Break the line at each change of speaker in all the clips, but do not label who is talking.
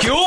¿Qué hubo,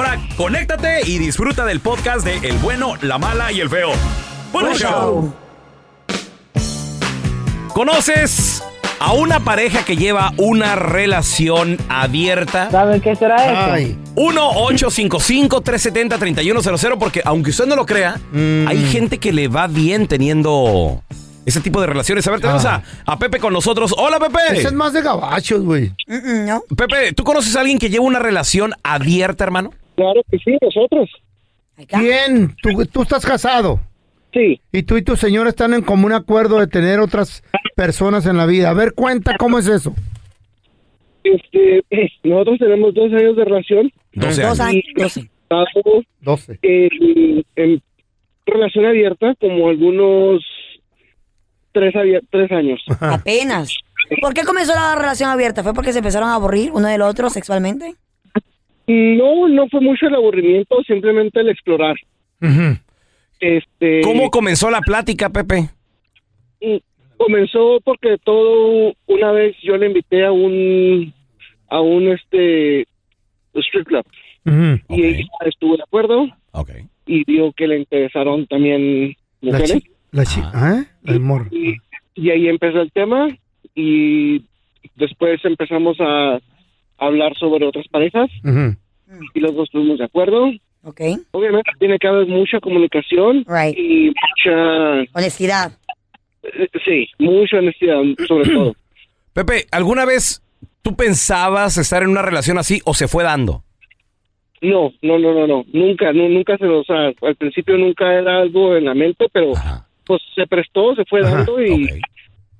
conéctate y disfruta del podcast de El bueno, la mala y el feo. Buen
Buen
show. ¿Conoces a una pareja que lleva una relación abierta?
¿Saben qué será eso?
1-855-370-3100, porque aunque usted no lo crea,
Mm.
hay gente que le va bien teniendo ese tipo de relaciones. A ver, tenemos a, a Pepe con nosotros. Hola,
Ah. Ese Pues, es
Pepe.
más de gabachos, güey.
no.
Pepe, ¿tú conoces a alguien que lleva una relación abierta, hermano?
Claro que sí, nosotros.
Ahí está.
¿Quién? ¿Tú, tú estás casado.
Sí.
Y tú y tu señora están en común acuerdo de tener otras personas en la vida. A ver, cuenta cómo es eso.
Este, nosotros tenemos dos años de relación.
12
Dos
años.
años, doce.
estado
12.
en, eh, en relación abierta como algunos tres, abier- tres años.
Apenas. ¿Por qué comenzó la relación abierta? ¿Fue porque se empezaron a aburrir uno del otro sexualmente?
No, no fue mucho el aburrimiento, simplemente el explorar.
Ujú.
Este, mm,
¿Cómo comenzó la plática, Pepe?
comenzó porque todo una vez yo le invité a un a un este strip club
Ujú.
y ella estuvo de acuerdo
Ok.
y dijo que le interesaron también
La
mujeres.
chi- La chica, ¿eh? La morra.
Y, y ahí empezó el tema y después empezamos a hablar sobre otras parejas
Ujú.
y los dos estuvimos de acuerdo.
¿Ok?
Obviamente tiene que haber mucha comunicación
Right.
y mucha,
Honestidad.
eh, sí, mucha honestidad este, um, sobre todo.
Pepe, ¿alguna vez tú pensabas estar en una relación así o se fue dando?
No, no, no, no, no, nunca, nu- nunca se los, ha- al principio nunca era algo en la mente, pero
Ajá.
pues se prestó, se fue
Ajá,
dando y,
Ok.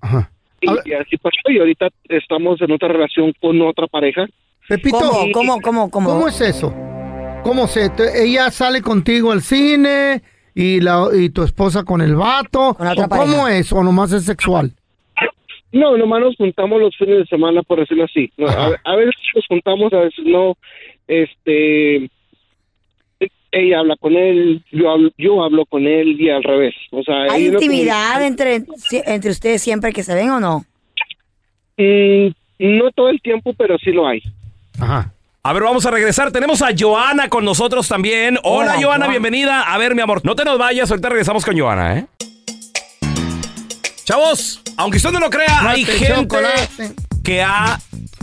Ajá. A ver,
y, y así pasó y ahorita estamos en otra relación con otra pareja.
Pepito,
¿Cómo?
¿cómo,
¿Cómo? ¿Cómo? ¿Cómo?
es eso? ¿Cómo se...? te- ella sale contigo al cine y, la, y tu esposa con el vato.
Con la otra
¿O ¿Cómo
pareja.
es? ¿O nomás es sexual?
No, nomás nos juntamos los fines de semana, por decirlo así. No, A, a veces nos juntamos, a veces no. Este, ella habla con él, yo hablo, yo hablo con él y al revés. O sea,
¿Hay
no-
intimidad entre, si- entre ustedes siempre que se ven o no?
Mm, no todo el tiempo, pero sí lo hay.
Ajá.
A ver, vamos a regresar. Tenemos a Joana con nosotros también. Hola,
Hola,
Joana,
Joana.
bienvenida. A ver, mi amor, no te nos vayas. Ahorita regresamos con Joana, ¿eh? Chavos, aunque usted no lo crea, hay
Mate,
gente
chocolate.
que ha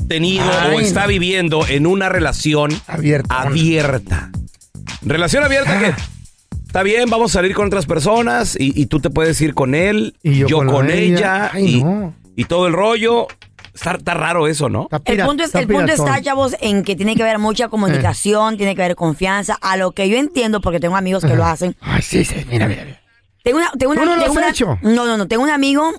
tenido o
Ay,
está
no.
viviendo en una relación
Abierta.
abierta. Relación abierta que está bien, vamos a salir con otras personas y, y tú te puedes ir con él,
Y yo
yo,
con
con, ella,
ella. Ay,
y,
no.
y todo el rollo. Está, está raro eso, ¿no?
Está
El
pira-
punto, es,
está
el punto
piratón.
está, chavos, en que tiene que haber mucha comunicación, tiene que haber confianza. A lo que yo entiendo, porque tengo amigos que lo hacen.
Ay, sí, sí, mira, mira. mira.
Tengo una, tengo
¿Tú
una-
no lo
tengo
has
una-
hecho?
No, no, no. Tengo un amigo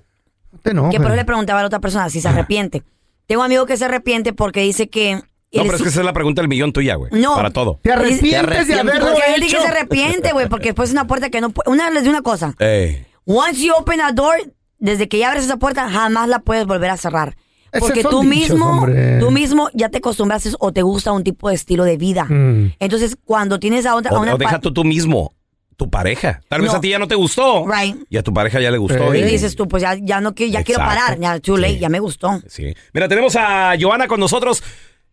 No te enojes.
que por eso le preguntaba a la otra persona si se arrepiente. Tengo un amigo que se arrepiente porque dice que
No, pero es que esa es la pregunta del millón tuya, güey.
No.
Para todo.
¿Te arrepientes de
haber
haberlo
Porque él
hecho?
que se arrepiente, güey, porque después es una puerta que no puede... Una les digo una cosa.
Ey.
Once you open a door, desde que ya abres esa puerta, jamás la puedes volver a cerrar.
Esos
Porque
son
tú
dichos,
mismo,
hombre.
tú mismo ya te acostumbraste o te gusta un tipo de estilo de vida.
Mm.
Entonces, cuando tienes a, otra, a
O,
una
o deja
pa-
tú tú mismo, tu pareja. Tal vez
No.
a ti ya no te gustó.
Right.
Y a tu pareja ya le gustó.
y dices tú, pues ya, ya no qui- ya quiero
Exacto.
parar, ya too late,
Sí.
ya me gustó.
Sí. Mira, tenemos a Joana con nosotros.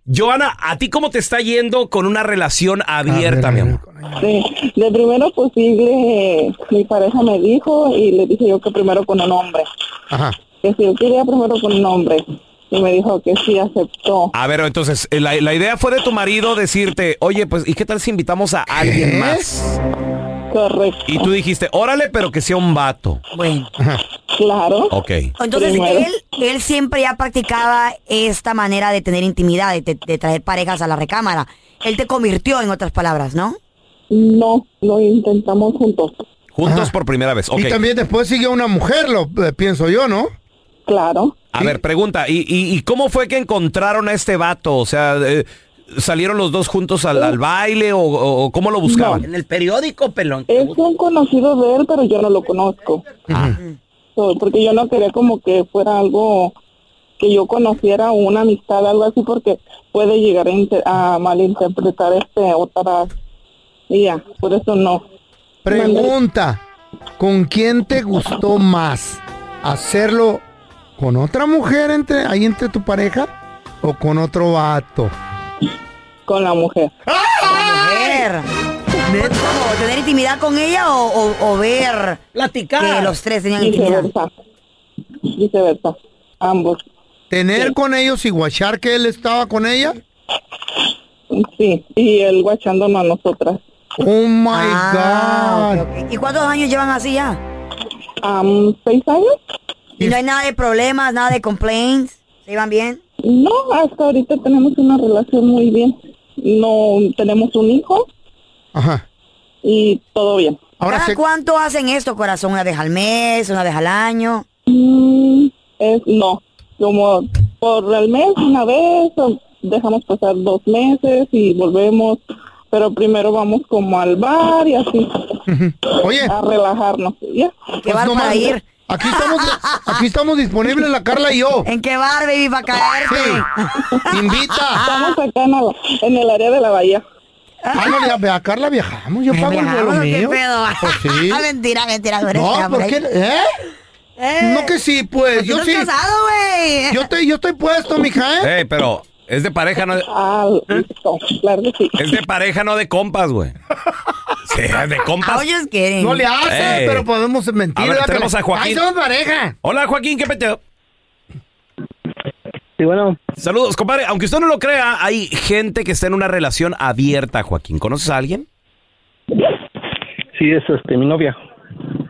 Joana, ¿a ti cómo te está yendo con una relación abierta,
A ver,
mi
a ver,
amor?
De, de primero posible, eh, mi pareja me dijo y le dije yo que primero con un hombre,
Ajá.
que si yo quería primero con un hombre. Y me dijo que sí aceptó.
A ver, entonces, eh, la, la idea fue de tu marido decirte, oye, pues, ¿y qué tal si invitamos a alguien más?
Correcto.
Y tú dijiste, órale, pero que sea un vato.
Bueno.
Claro.
Ok.
Entonces,
Primero.
él, él siempre ya practicaba esta manera de tener intimidad, de, de- de traer parejas a la recámara. Él te convirtió, en otras palabras, ¿no?
No, lo intentamos juntos.
Juntos
Ajá.
por primera vez. Ok.
Y también después siguió una mujer, lo eh, pienso yo, ¿no?
Claro.
A ver, pregunta, ¿y, y, y cómo fue que encontraron a este vato? O sea, eh, ¿salieron los dos juntos al, al baile o, o- o cómo lo buscaban?
En el periódico, pelón.
Oh.
Es un conocido de él, pero yo no lo conozco.
Ah.
So, porque yo no quería como que fuera algo que yo conociera una amistad, algo así, porque puede llegar a, inter- a malinterpretar este otra. Y ya, por eso no.
Pregunta, ¿con quién te gustó más? ¿Hacerlo con otra mujer entre, ahí entre tu pareja o con otro vato?
Con la mujer.
Mujer. ¿Cómo? ¿Tener intimidad con ella o, o- o ver que
Platicar.
los tres tenían intimidad?
Viceversa. Viceversa. Ambos.
¿Tener con ellos y guachar que él estaba con ella?
Sí. Y él guachándonos a nosotras.
Oh my
Ah,
God.
ok, ok. ¿Y cuántos años llevan así ya?
Am, ¿Seis años?
¿Y no hay nada de problemas, nada de complaints? ¿Se iban bien?
No, hasta ahorita tenemos una relación muy bien. No tenemos un hijo
Ajá.
y todo bien.
Ahora
¿Cada
sé.
cuánto hacen esto, corazón? ¿Una vez al mes? ¿Una vez al año?
Mm, es no, como por el mes una vez, o dejamos pasar dos meses y volvemos, pero primero vamos como al bar y así
Oye,
a relajarnos. ¿ya?
¿En qué
pues
bar
no
para
más,
ir?
Aquí estamos, aquí estamos disponibles la Carla y yo.
¿En qué bar, baby, para caerte?
Sí. Invita.
Estamos acá en, la- en el área de la bahía.
Ah, no, ya, a Carla viajamos, yo pago el
Mira,
vuelo
¿Qué
mío.
pedo?
Pues sí.
Ah, mentira, mentira. tú eres fea
No,
por
¿por
ahí.
qué? ¿Eh?
Eh,
No que sí, pues.
tú
Yo
estás
sí.
casado, güey.
Yo estoy, yo estoy puesto, mija, ¿eh?
Ey, pero es de pareja, no de,
Ah, listo, claro que sí.
es de pareja, no de compas, güey. Sí, es de
Ah,
compas.
oye, es que-
No le hace,
Ey.
pero pues- podemos mentir.
A ver,
¿verdad,
tenemos
Carla?
a Joaquín.
Ay, somos pareja.
Hola, Joaquín, ¿qué peteo?
Sí, bueno,
Saludos, compadre. Aunque usted no lo crea, hay gente que está en una relación abierta, Joaquín. ¿Conoces a alguien?
sí, es este, mi novia.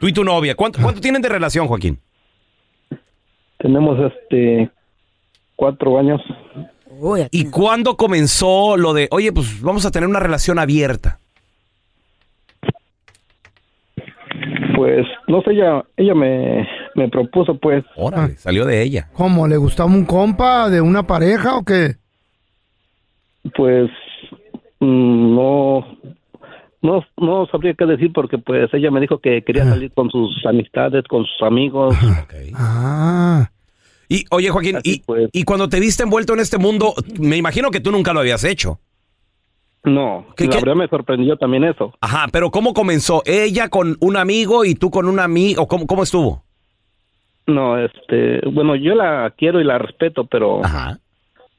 Tú y tu novia. ¿Cuánto, cuánto tienen de relación, Joaquín?
Tenemos este cuatro años.
Uy, aquí-
¿Y cuándo comenzó lo de, oye, pues vamos a tener una relación abierta?
Pues, no sé, ella, ella me, me propuso, pues,
Órale, salió de ella.
¿Cómo? ¿Le gustaba un compa de una pareja o qué?
pues, mm, no, no, no sabría qué decir porque, pues, ella me dijo que
Ah.
quería salir con sus amistades, con sus amigos.
Ah.
Y, oye, Joaquín,
Así
y,
pues.
y cuando te viste envuelto en este mundo, me imagino que tú nunca lo habías hecho.
No,
¿Qué-
la
qué?
verdad me sorprendió también eso.
Ajá, pero ¿cómo comenzó? ¿Ella con un amigo y tú con un amigo? ¿Cómo, ¿Cómo estuvo?
No, este, bueno, yo la quiero y la respeto, pero
Ajá.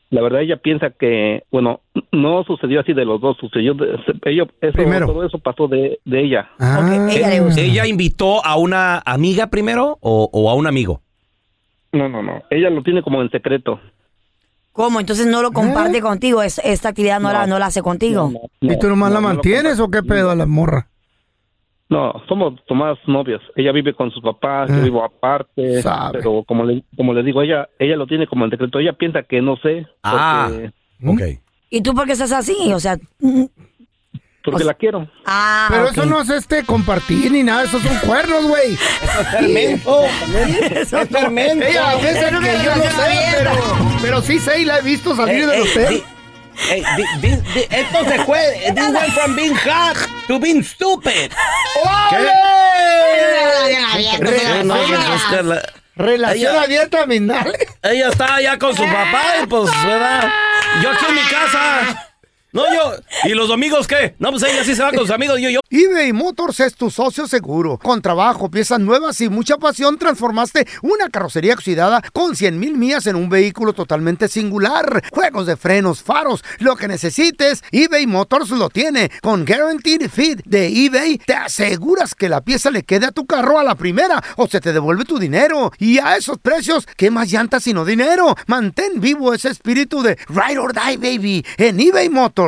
la verdad ella piensa que, bueno, no sucedió así de los dos, sucedió, de- se- ello- eso-
Primero.
todo eso pasó de, de ella.
Ah.
Ok, ella le gusta.
¿Ella invitó a una amiga primero o, o a un amigo?
No, no, no, ella lo tiene como en secreto.
¿Cómo? Entonces no lo
¿Eh?
comparte contigo. Es- esta actividad no,
No.
La, no la hace contigo.
No, no,
¿Y tú nomás
no,
la
no lo
mantienes o qué pedo a la morra?
No, somos nomás novios. Ella vive con sus papás,
Ah.
yo vivo aparte.
Sabe.
Pero como le, como le digo, ella ella lo tiene como en secreto. Ella piensa que no sé.
Ah.
Porque,
¿Mm?
Ok.
¿Y tú por qué estás así? O sea... mm,
porque la quiero.
Ah,
Pero
ok.
eso no es este compartir ni nada, esos son cuernos, güey.
Eso no.
Ella piensa
Es una
que yo no
relación
sé,
abierta.
pero, pero sí sé y la he visto salir de los hotel.
Eh, di- di- di- esto se fue. This went from being hot to being stupid.
Relación abierta. Relación
Ella-
abierta, Mindale.
Ella está allá con su papá y pues, ¿verdad? Yo aquí en mi casa. No, yo. ¿Y los amigos qué? No, pues ella sí se va con sus amigos. Yo, yo.
eBay Motors es tu socio seguro. Con trabajo, piezas nuevas y mucha pasión, transformaste una carrocería oxidada con 100 mil millas en un vehículo totalmente singular. Juegos de frenos, faros, lo que necesites, eBay Motors lo tiene. Con Guaranteed Fit de eBay, te aseguras que la pieza le quede a tu carro a la primera o se te devuelve tu dinero. Y a esos precios, ¿qué más llantas sino dinero? Mantén vivo ese espíritu de Ride or Die, baby, en eBay Motors.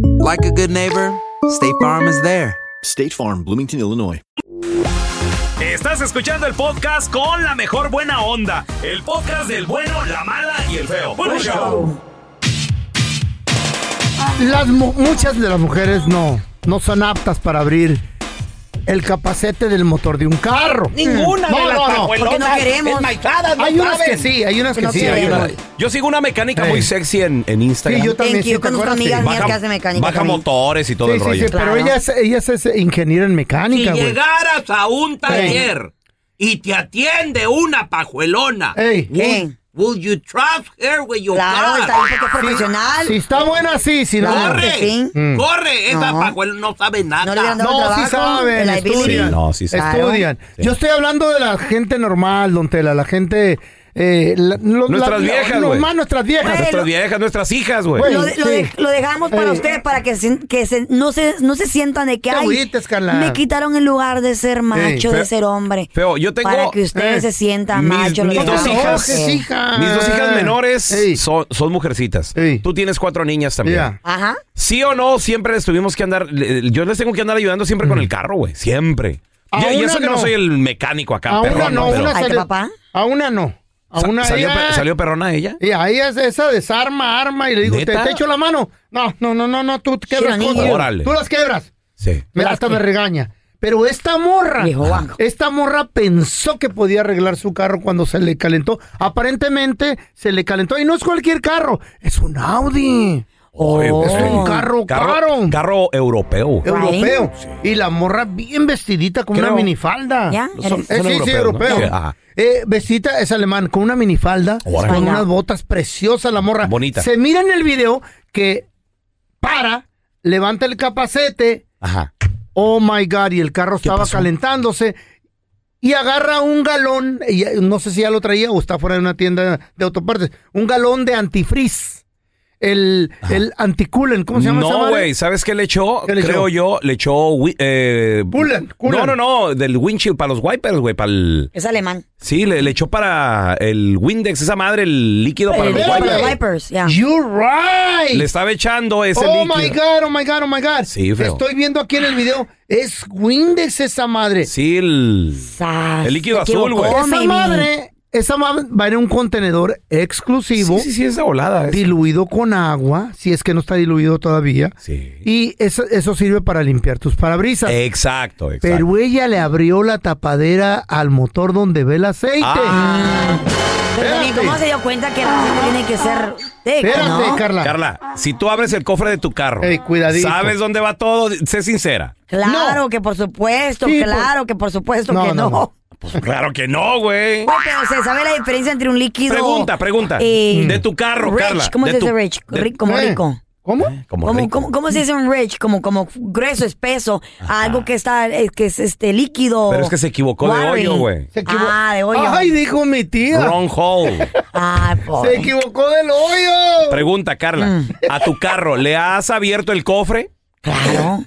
like a good neighbor, State Farm is there.
State Farm, Bloomington, Illinois.
Estás escuchando el podcast con la mejor buena onda. El podcast del bueno, la mala y el feo. Bueno, show.
Las mu- muchas de las mujeres no, no son aptas para abrir el capacete del motor de un carro. Mm.
Ninguna
No,
de las
no, no.
pajuelonas enmaizadas no
Hay unas
saben.
que sí, hay unas que
No
sí.
quieren.
hay unas-
Yo sigo una mecánica muy
sexy en, en Instagram.
Sí, yo también.
Thank you,
sí, ¿te
conozco
acuerdas?
amigas
Sí.
mías que hacen mecánica
Baja
también.
motores y todo
Sí,
el
sí,
rollo.
sí, pero ella es, ella es- es ingeniera en
Si
mecánica, güey.
llegaras a un taller y te atiende una pajuelona,
Ey.
Will, will you trust her with your
Claro,
car?
está bien porque es profesional.
Si está buena, sí, si no.
Claro
no.
que sí.
Mm.
Corre, esa
No.
pajuelona no sabe
No le
nada.
hubieran dado
No, sí
trabajo.
saben,
el liability.
estudian.
Sí, no, sí saben.
Estudian. Yo estoy hablando de la gente normal, don Tela, la gente... eh, la- lo-
Nuestras
la-
viejas,
lo-
güey.
Normal, nuestras viejas.
Güey,
Nuestras viejas, nuestras hijas, güey.
Güey.
Lo, de- lo de-
Sí.
lo dejamos para
Ey.
ustedes para que, se- que se- no, se, no se sientan de que
Te
ay,
agüites, Carla.
me quitaron el lugar de ser macho,
feo-
de ser hombre.
feo, yo tengo-
Para que ustedes
Eh.
se sientan
Mis-
macho. lo
mis
dejamos.
dos hijas.
Eh.
hija.
Mis dos hijas menores
Ey.
son, son mujercitas.
Ey.
Tú tienes cuatro niñas también.
Ya.
Ajá.
Sí o no, siempre les tuvimos que andar. le- Yo les tengo que andar ayudando siempre con el carro, güey. Siempre.
A
Y, y
una
eso que no.
no.
soy el mecánico acá,
A una
perrón,
no,
pero-
una
¿Al de
salió-
papá?
A una no. A
Sa-
una
salió,
ella-
per- ¿Salió eh, perrona ella?
Y ahí es esa desarma, arma y le digo, ¿te,
¿Neta?
te echo la mano? No, no, no, no, no, tú te quebras
Sí,
cosas.
niño. Órale.
Tú las quebras.
Sí.
Me, hasta me regaña. Pero esta morra,
Viejo guango.
esta morra pensó que podía arreglar su carro cuando se le calentó. Aparentemente se le calentó y no es cualquier carro, es un Audi. es Oh. un carro, caro,
Oh, Carro, carro europeo. güey.
europeo. Y la morra bien vestidita con
Creo-
una minifalda.
¿Ya?
Eh,
Son-
sí, sí,
europeos, ¿no?
europeo.
Sí, ajá.
Eh, vestita es alemán, con una minifalda,
Órale.
con
Ay, no.
unas botas preciosas, la morra.
Bonita.
Se mira en el video que para, levanta el capacete,
Ajá.
oh my God, y el carro estaba calentándose. Y agarra un galón, y ya- no sé si ya lo traía o está fuera de una tienda de autopartes, un galón de antifreeze. El, el anticulen, ¿cómo se llama esa
No,
madre?
güey, ¿sabes qué le echó?
¿Qué le
Creo
echó?
yo, le echó... wi- Eh,
Coolant, coolant.
No, no, no, del windshield para los wipers, güey, para el...
Es alemán.
Sí, le, le echó para el Windex, esa madre, el líquido para
El
los
Espérame.
para
wipers.
los wipers, ya.
You're right.
Le estaba echando ese
oh
líquido.
my God, oh my God, oh my God.
Sí, feo.
Estoy viendo aquí en el video. Es Windex esa madre.
Sí, el...
Sas,
El líquido
se
azul,
equivocó,
güey.
esa
maybe.
madre, esa madre va en un contenedor exclusivo,
Sí, sí, sí, es de volada. es-
diluido con agua, si es que no está diluido todavía.
Sí.
Y eso, eso sirve para limpiar tus parabrisas.
Eh, Exacto, exacto.
Pero ella le abrió la tapadera al motor donde ve el aceite.
Ah,
Pero también, ¿cómo se dio cuenta que la gente tiene que ser teca,
Espérate,
no?
Carla.
Carla, si tú abres el cofre de tu carro,
Ey, cuidadito.
¿sabes dónde va todo? Sé sincera.
Claro que por supuesto,
Sí,
claro que por supuesto
No,
que
no,
no.
no.
Pues claro que no, güey.
Güey, pero se sabe la diferencia entre un líquido.
Pregunta, pregunta.
Eh,
de tu carro,
rich,
Carla.
¿Cómo
de
se dice
tu-
rich?
de-
Ri- como
Eh.
rico.
¿Cómo?
Como
Como,
rico.
como- ¿Cómo se dice un rich? Como, como grueso, espeso, algo que está, eh, que es este líquido.
Pero es que se equivocó de
watery.
hoyo, güey.
Se equivo-
Ah, de hoyo. Ah,
Ay, dijo mi tía.
Wrong hole.
Ay, pobre.
Se equivocó del hoyo.
Pregunta,
Mm.
Carla. ¿A tu carro le has abierto el cofre?
Claro.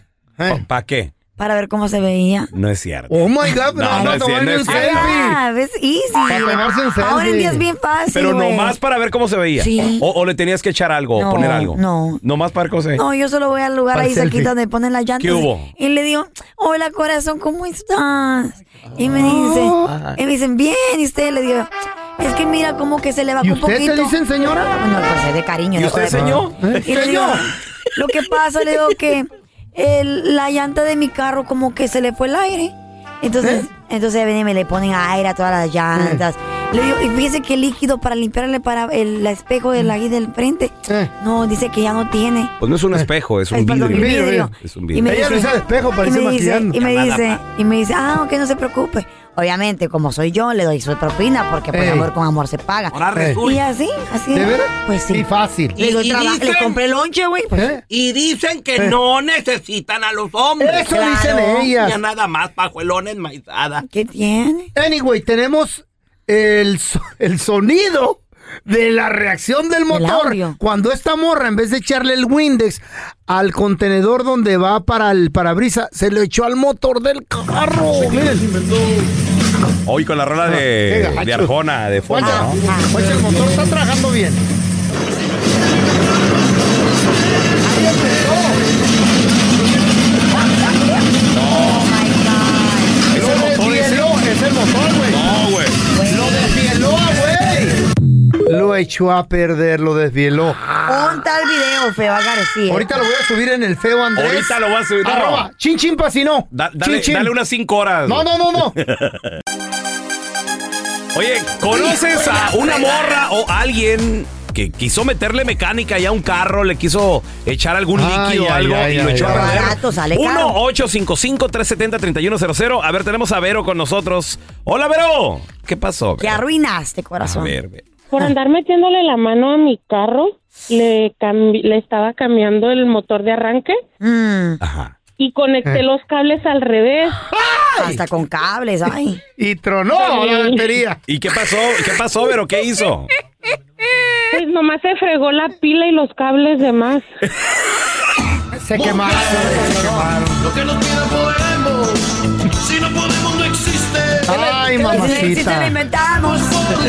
¿Para qué?
Para ver cómo se veía.
No es cierto.
Oh my God, pero
No,
anda
no es cierto,
tomando
no es
un
cierto.
selfie.
Ah, ves, easy.
Para tomarse un
Ahora en
selfie.
día es bien fácil,
Pero
Ah, güey.
nomás para ver cómo se veía.
Sí.
O, o le tenías que echar algo,
No,
o poner algo.
no.
Nomás para ver cómo se veía.
No, yo solo voy al lugar
Para
ahí
selfie.
cerquita donde ponen las llantas.
¿Qué hubo?
Y le digo, hola corazón, ¿cómo estás? Y me dice,
Ah.
y me dicen, bien, y usted le digo, es que mira como que se le bajó
¿Y
un
usted
poquito.
te dicen señora?
Bueno, pues es de cariño.
¿Y
de
usted,
joder.
señor?
Y le digo, lo que pasa, le digo que el- la llanta de mi carro como que se le fue el aire.
¿Eh?
Entonces, entonces vienen y me le ponen aire a todas las llantas. Le digo, y fíjese que líquido para limpiarle para el, la espejo
Mm.
de la guía del frente. No, dice que ya no tiene.
Pues no es un espejo, es un
Eh, Ay, perdón,
vidrio.
vidrio.
Es un vidrio.
Ella lo hizo de espejo,
y
parece
me dice,
maquillando.
y me
Llamada,
dice, y me dice, ah, ok, no se preocupe. Obviamente, como soy yo, le doy su propina, porque por
Ey.
amor con amor se paga.
Ahora resulta.
Y así, así.
¿De veras?
Pues sí.
Y fácil.
Le, doy traba- le compré lonche, güey. pues.
Y dicen que
Eh.
no necesitan a los hombres.
Eso dicen ellas.
Ya nada más, pajuelones maizada.
¿Qué tiene?
Anyway, tenemos el, so- el sonido de la reacción del motor.
audio.
Cuando esta morra, en vez de echarle el Windex al contenedor donde va para el parabrisa, se lo echó al motor del carro. Miren.
Hoy con la rola
qué
de,
gacho.
de Arjona, de fondo,
Guacha,
¿no?
guacha, el motor está trabajando bien. Ahí empezó.
Es el motor ese.
Es el motor, güey.
No, güey.
Lo desvieló, güey. Lo echó a perder, lo desvieló.
Ponta el video, Feo García.
Ahorita lo voy a subir en el feo Andrés.
Ahorita lo voy a subir, no.
Arroba, chin chin pa' si no.
Da- dale,
Chin, chin.
dale unas cinco horas.
No, no, no, no.
Oye, ¿conoces a una morra o alguien que quiso meterle mecánica ya a un carro, le quiso echar algún
Ay,
líquido o
ay,
algo
ay,
y lo
ay,
echó
ay.
a perder?
Barato, sale caro.
1-855-370-3100. A ver, tenemos a Vero con nosotros. Hola, Vero. ¿Qué pasó?
Te
Vero?
arruinaste,
A
corazón.
ver, Vero.
Por andar metiéndole la mano a mi carro, le, cambi- le estaba cambiando el motor de arranque
Mm.
Ajá.
y conecté
Eh.
los cables al revés.
Hasta con cables, ay.
Y tronó la batería.
¿Y qué pasó? ¿Qué pasó, Vero? ¿Qué hizo?
Pues nomás se fregó la pila y los cables de más.
Se quemaron, se quemaron.
Lo que nos pida podemos. Si no podemos, no existe.
Si
Ay,
se lo
mamacita.
inventamos.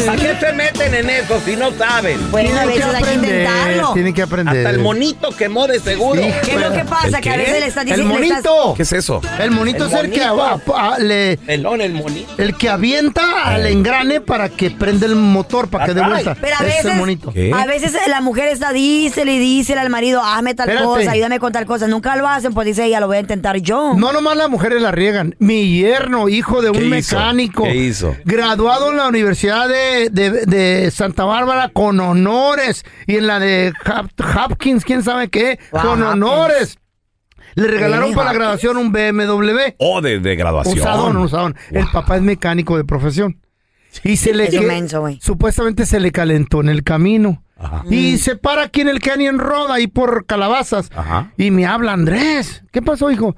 ¿A qué se meten en eso si no saben?
Bueno, a
Tienen que
veces hay que
aprender,
intentarlo.
tienen que aprender.
Hasta el monito quemó de seguro.
Sí.
¿Qué es lo que pasa?
¿El
Que a
qué?
veces le estás
El
diciendo... le estás-
monito.
¿Qué es eso?
El monito
El
es el que,
monito.
a- a- le-
Pelón, el monito.
el que avienta al engrane para que prenda el motor, para que dé
Ay.
vuelta.
Pero a
Ese es
veces,
el monito.
¿Qué?
a veces eh, la mujer está, dísele y dísele al marido, hazme tal
Espérate.
cosa, ayúdame con tal cosa. Nunca lo hacen, pues dice ella, lo voy a intentar yo.
No nomás las mujeres la riegan. Mi yerno, hijo de
¿Qué
un
hizo?
mecánico.
¿Qué hizo?
Graduado en la Universidad de, de- de Santa Bárbara con honores. Y en la de Hap- Hopkins, quién sabe qué,
Wow,
con
Hopkins.
honores. Le regalaron
Really,
para la
Hopkins.
graduación un BMW.
O Oh, de, de graduación.
Usadón, usadón. El papá es mecánico de profesión. Y se le
Es inmenso, güey. Mm.
supuestamente se le calentó en el camino.
Ajá.
Y se para aquí en el Canyon Road, ahí por Calabazas.
Ajá.
Y me habla Andrés. ¿Qué pasó, hijo?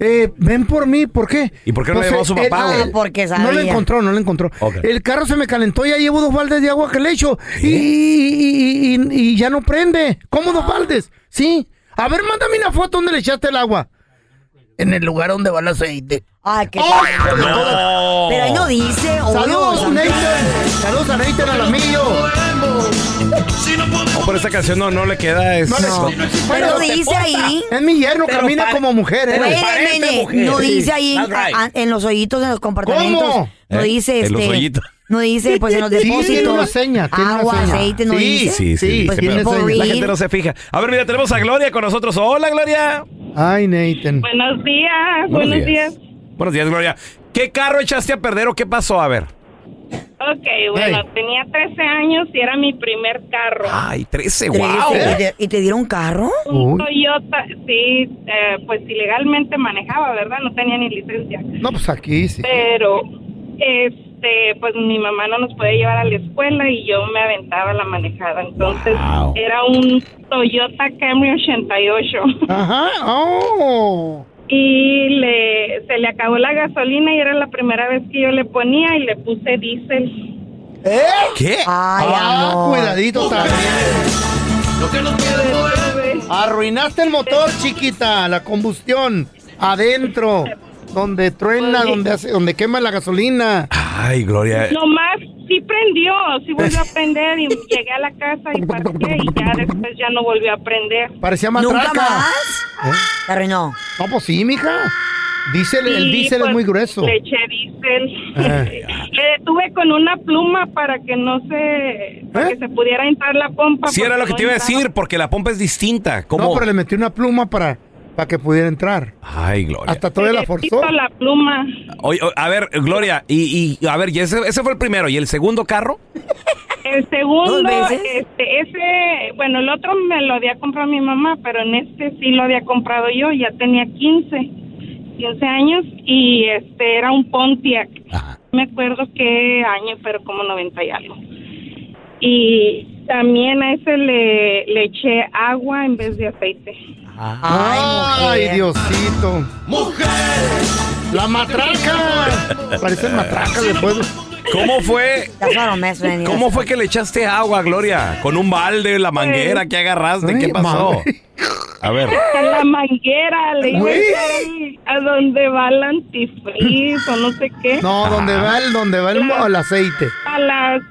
Eh, ven por mí, ¿por qué?
¿Y por qué no le
Pues,
llevó a su
eh,
papá,
eh,
güey?
Ah, porque
No lo
sabía.
encontró, no lo encontró.
Ok.
El carro se me calentó, ya llevo dos baldes de agua que le echo. Y, y- y- y- y ya no prende. ¿Cómo dos baldes? Sí. A ver, mándame una foto donde le echaste el agua. En el lugar donde va el aceite.
Ay, qué
¡Ay!
tal.
No.
Pero ahí no dice. obvio.
¡Oh! Saludos, Nathan. Saludos a Nathan Alamillo.
No, pero esta canción no, no le queda. Es...
No.
Bueno,
Pero dice ahí.
Es mi yerno,
Pero
camina
pare-
como mujer,
Wait
¿eh?
a
parece
minute,
mujer.
No
Sí,
dice ahí
that's right.
a- a- en los hoyitos, en los compartimentos.
¿Cómo?
No
¿Eh?
dice
En
este.
los hoyitos.
No dice, pues en los
Sí, tiene
depósitos.
una seña, tiene una
agua,
seña.
aceite, no
Sí,
dice.
Sí, sí, sí.
Pues
se
tiene
me-
señas.
La
Sí.
gente no se fija. A ver, mira, tenemos a Gloria con nosotros. Hola, Gloria.
Ay, Nathan.
Buenos días,
Buenos
buenos,
días.
días.
Buenos días, Gloria. ¿Qué carro echaste a perder o qué pasó? A ver.
Ok, bueno,
Hey.
tenía 13 años y era mi primer carro.
Ay, 13,
Trece,
wow.
¿Y, te, y te dieron carro?
Un
Uy.
Toyota, sí, eh, pues ilegalmente manejaba, ¿verdad? No tenía ni licencia.
No, pues aquí sí.
Pero, este,
este, pues mi mamá no nos podía llevar a la escuela y yo me aventaba la manejada. Entonces
Wow.
era un Toyota Camry 88.
Ajá, oh.
Y le, se le acabó la gasolina y era la primera vez que yo le ponía y le puse diésel.
¿Eh?
¿Qué?
ah, cuidadito también. Arruinaste el motor, chiquita, la combustión adentro, donde truena, donde hace, donde quema la gasolina.
Ay, Gloria.
Nomás sí prendió, sí volvió a prender y llegué a la casa y parqué y ya después ya no volvió a prender.
Parecía matraca. ¿Eh?
Arruinó.
No, pues sí, mija. Diésel, el
Sí,
diésel
pues,
es muy grueso.
Le eché diésel.
Eh.
Le detuve con una pluma para que no se,
¿Eh?
para que se pudiera entrar la pompa.
Sí, era lo que te iba a decir, porque la pompa es distinta.
No,
¿Cómo?
pero le metí una pluma para, para que pudiera entrar.
Ay, Gloria.
Hasta todavía la forzó.
la pluma.
Oye, o- a ver, Gloria, y, y a ver, y ese, ese fue el primero. ¿Y el segundo carro?
El
¿Dos
segundo,
veces?
este, ese, bueno, el otro me lo había comprado mi mamá, pero en este sí lo había comprado yo, ya tenía 15, 15 años y este era un Pontiac. No me acuerdo qué año, pero como 90 y algo. Y también a ese le, le eché agua en vez de aceite.
Ay,
mujer.
Diosito. ¡Mujer! ¡La matraca! Parecen matracas después.
¿Cómo fue? ¿Cómo fue que le echaste agua, Gloria? Con un balde, la manguera que agarraste, ¿qué pasó? A ver.
En la manguera, le iba a
Güey.
echar ahí a donde va el antifreeze o no sé qué.
Ah.
No, donde va el, donde va el, mo- el aceite.
A las.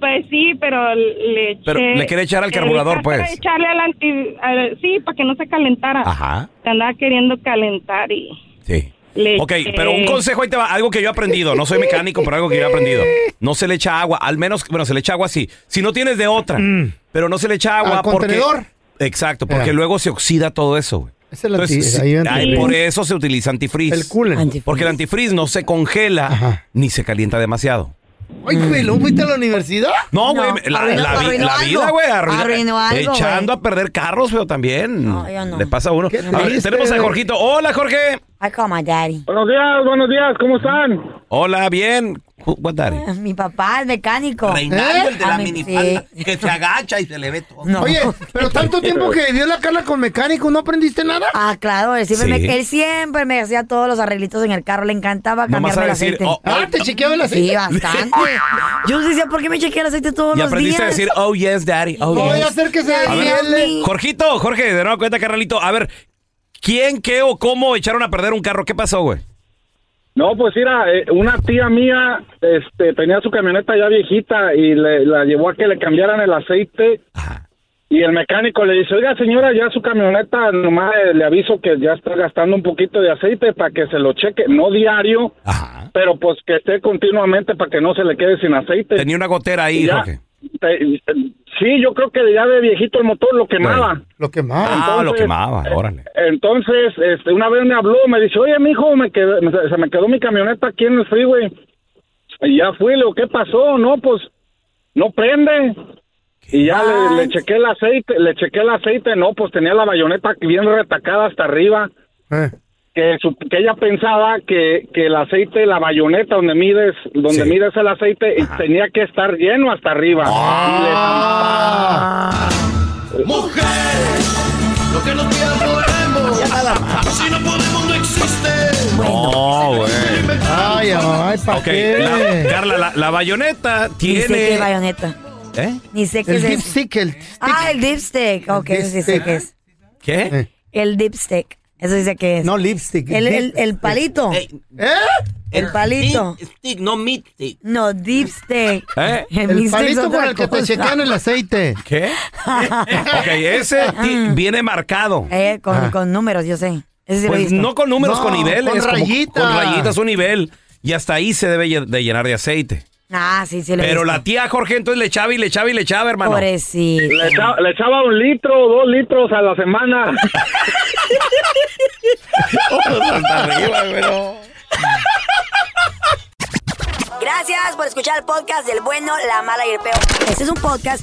Pues sí, pero le eché-
Pero le quería echar al carburador,
traté de
pues.
echarle al anti. al- sí, para que no se calentara.
Ajá.
Se andaba queriendo calentar y.
Sí.
Le
Ok,
eché-
pero un consejo ahí te va, algo que yo he aprendido, no soy mecánico, pero algo que yo he aprendido. No se le echa agua, al menos, bueno, se le echa agua sí, si no tienes de otra, pero no se le echa agua
Mm. Al
porque
contenedor.
Exacto, porque luego se oxida todo eso, güey.
Es el
Entonces,
anti-
sí,
ahí entra
ahí
el-
por e- eso se utiliza antifreeze. El
coolant.
Porque el antifreeze no se congela ni se calienta demasiado.
Ay, güey, ¿lo fuiste a la universidad?
Mm. No, güey, la, la vi- la vida, güey, arruina- echando a perder carros, pero también
yo no.
le pasa a uno. A ver,
triste,
tenemos a
güey.
Jorgito. Hola, Jorge.
I call my daddy.
Buenos días, buenos días, ¿cómo están?
Hola, bien. Who- What daddy?
Mi papá es mecánico.
Reinaldo, el de la
Ah, mi-
minifalda.
sí.
Que se agacha y se le ve todo.
Oye, pero tanto tiempo que vivió la Carla con mecánico, ¿no aprendiste nada?
Ah, claro, él siempre,
Sí.
me, él siempre me hacía todos los arreglitos en el carro, le encantaba
Nomás
cambiarme
a
el
decir,
aceite.
oh, oh, Ah, ¿te chequeaba el aceite?
Sí, bastante. Yo decía, ¿por qué me chequea el aceite todos
Y
los días?
aprendiste a decir, oh yes, daddy. Oh,
Voy a
yes.
hacer que se
A ver,
desviele.
Jorgito, Jorge, de nueva cuenta, carnalito. A ver, ¿quién, qué o cómo echaron a perder un carro? ¿Qué pasó, güey?
No, pues mira, eh, una tía mía este, tenía su camioneta ya viejita y le, la llevó a que le cambiaran el aceite. Y el mecánico le dice, oiga señora, ya su camioneta, nomás eh, le aviso que ya está gastando un poquito de aceite para que se lo cheque, no diario, pero pues que esté continuamente para que no se le quede sin aceite.
Tenía una gotera ahí, Jorge.
sí, yo creo que ya de viejito el motor lo quemaba.
Lo quemaba.
Ah, lo
Entonces, eh,
quemaba, órale.
Entonces, este, una vez me habló, me dice, oye, mijo, me quedé- me- se me quedó mi camioneta aquí en el freeway. Y ya fui, le digo, ¿qué pasó? No, pues, no prende. Y ya le, le chequé el aceite, le chequé el aceite, no, pues tenía la bayoneta bien retacada hasta arriba.
Eh.
Que, su- que ella pensaba que, que el aceite, la bayoneta donde mides, donde mides el aceite, tenía que estar lleno hasta arriba.
Ah.
Mujer, lo que no queda podremos. Si no podemos, no existe.
No, güey.
Ay, ay, ¿pa'
Ok,
qué?
la- Carla, la, la bayoneta
Ni sé qué es
tiene.
bayoneta.
¿Eh?
Ni sé qué
El
es eso.
dipstick, el
Ah, el dipstick. Ok, eso sí sé qué es. Eh.
¿Qué?
El dipstick. Eso dice que es.
No, lipstick.
El, el, el palito.
¿Eh?
El palito.
Stick, no meat stick.
No, dipstick.
¿Eh?
El palito con el que te chequean el aceite.
¿Qué? Ok, ese ti- viene marcado.
Eh, con, con números, yo sé. Ese sí lo he
Ah. Pues
visto.
no con números, con niveles.
Con
como-
rayitas.
Con rayitas, un nivel. Y hasta ahí se debe lle- de llenar de aceite.
Ah, sí, sí lo he
Pero
visto.
la tía Jorge entonces le echaba y le echaba y le echaba, hermano.
Pobrecito.
Le echaba, le echaba un litro, dos litros a la semana.
Gracias por escuchar el podcast del bueno, la mala y el peor. Este es un podcast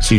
Si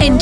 En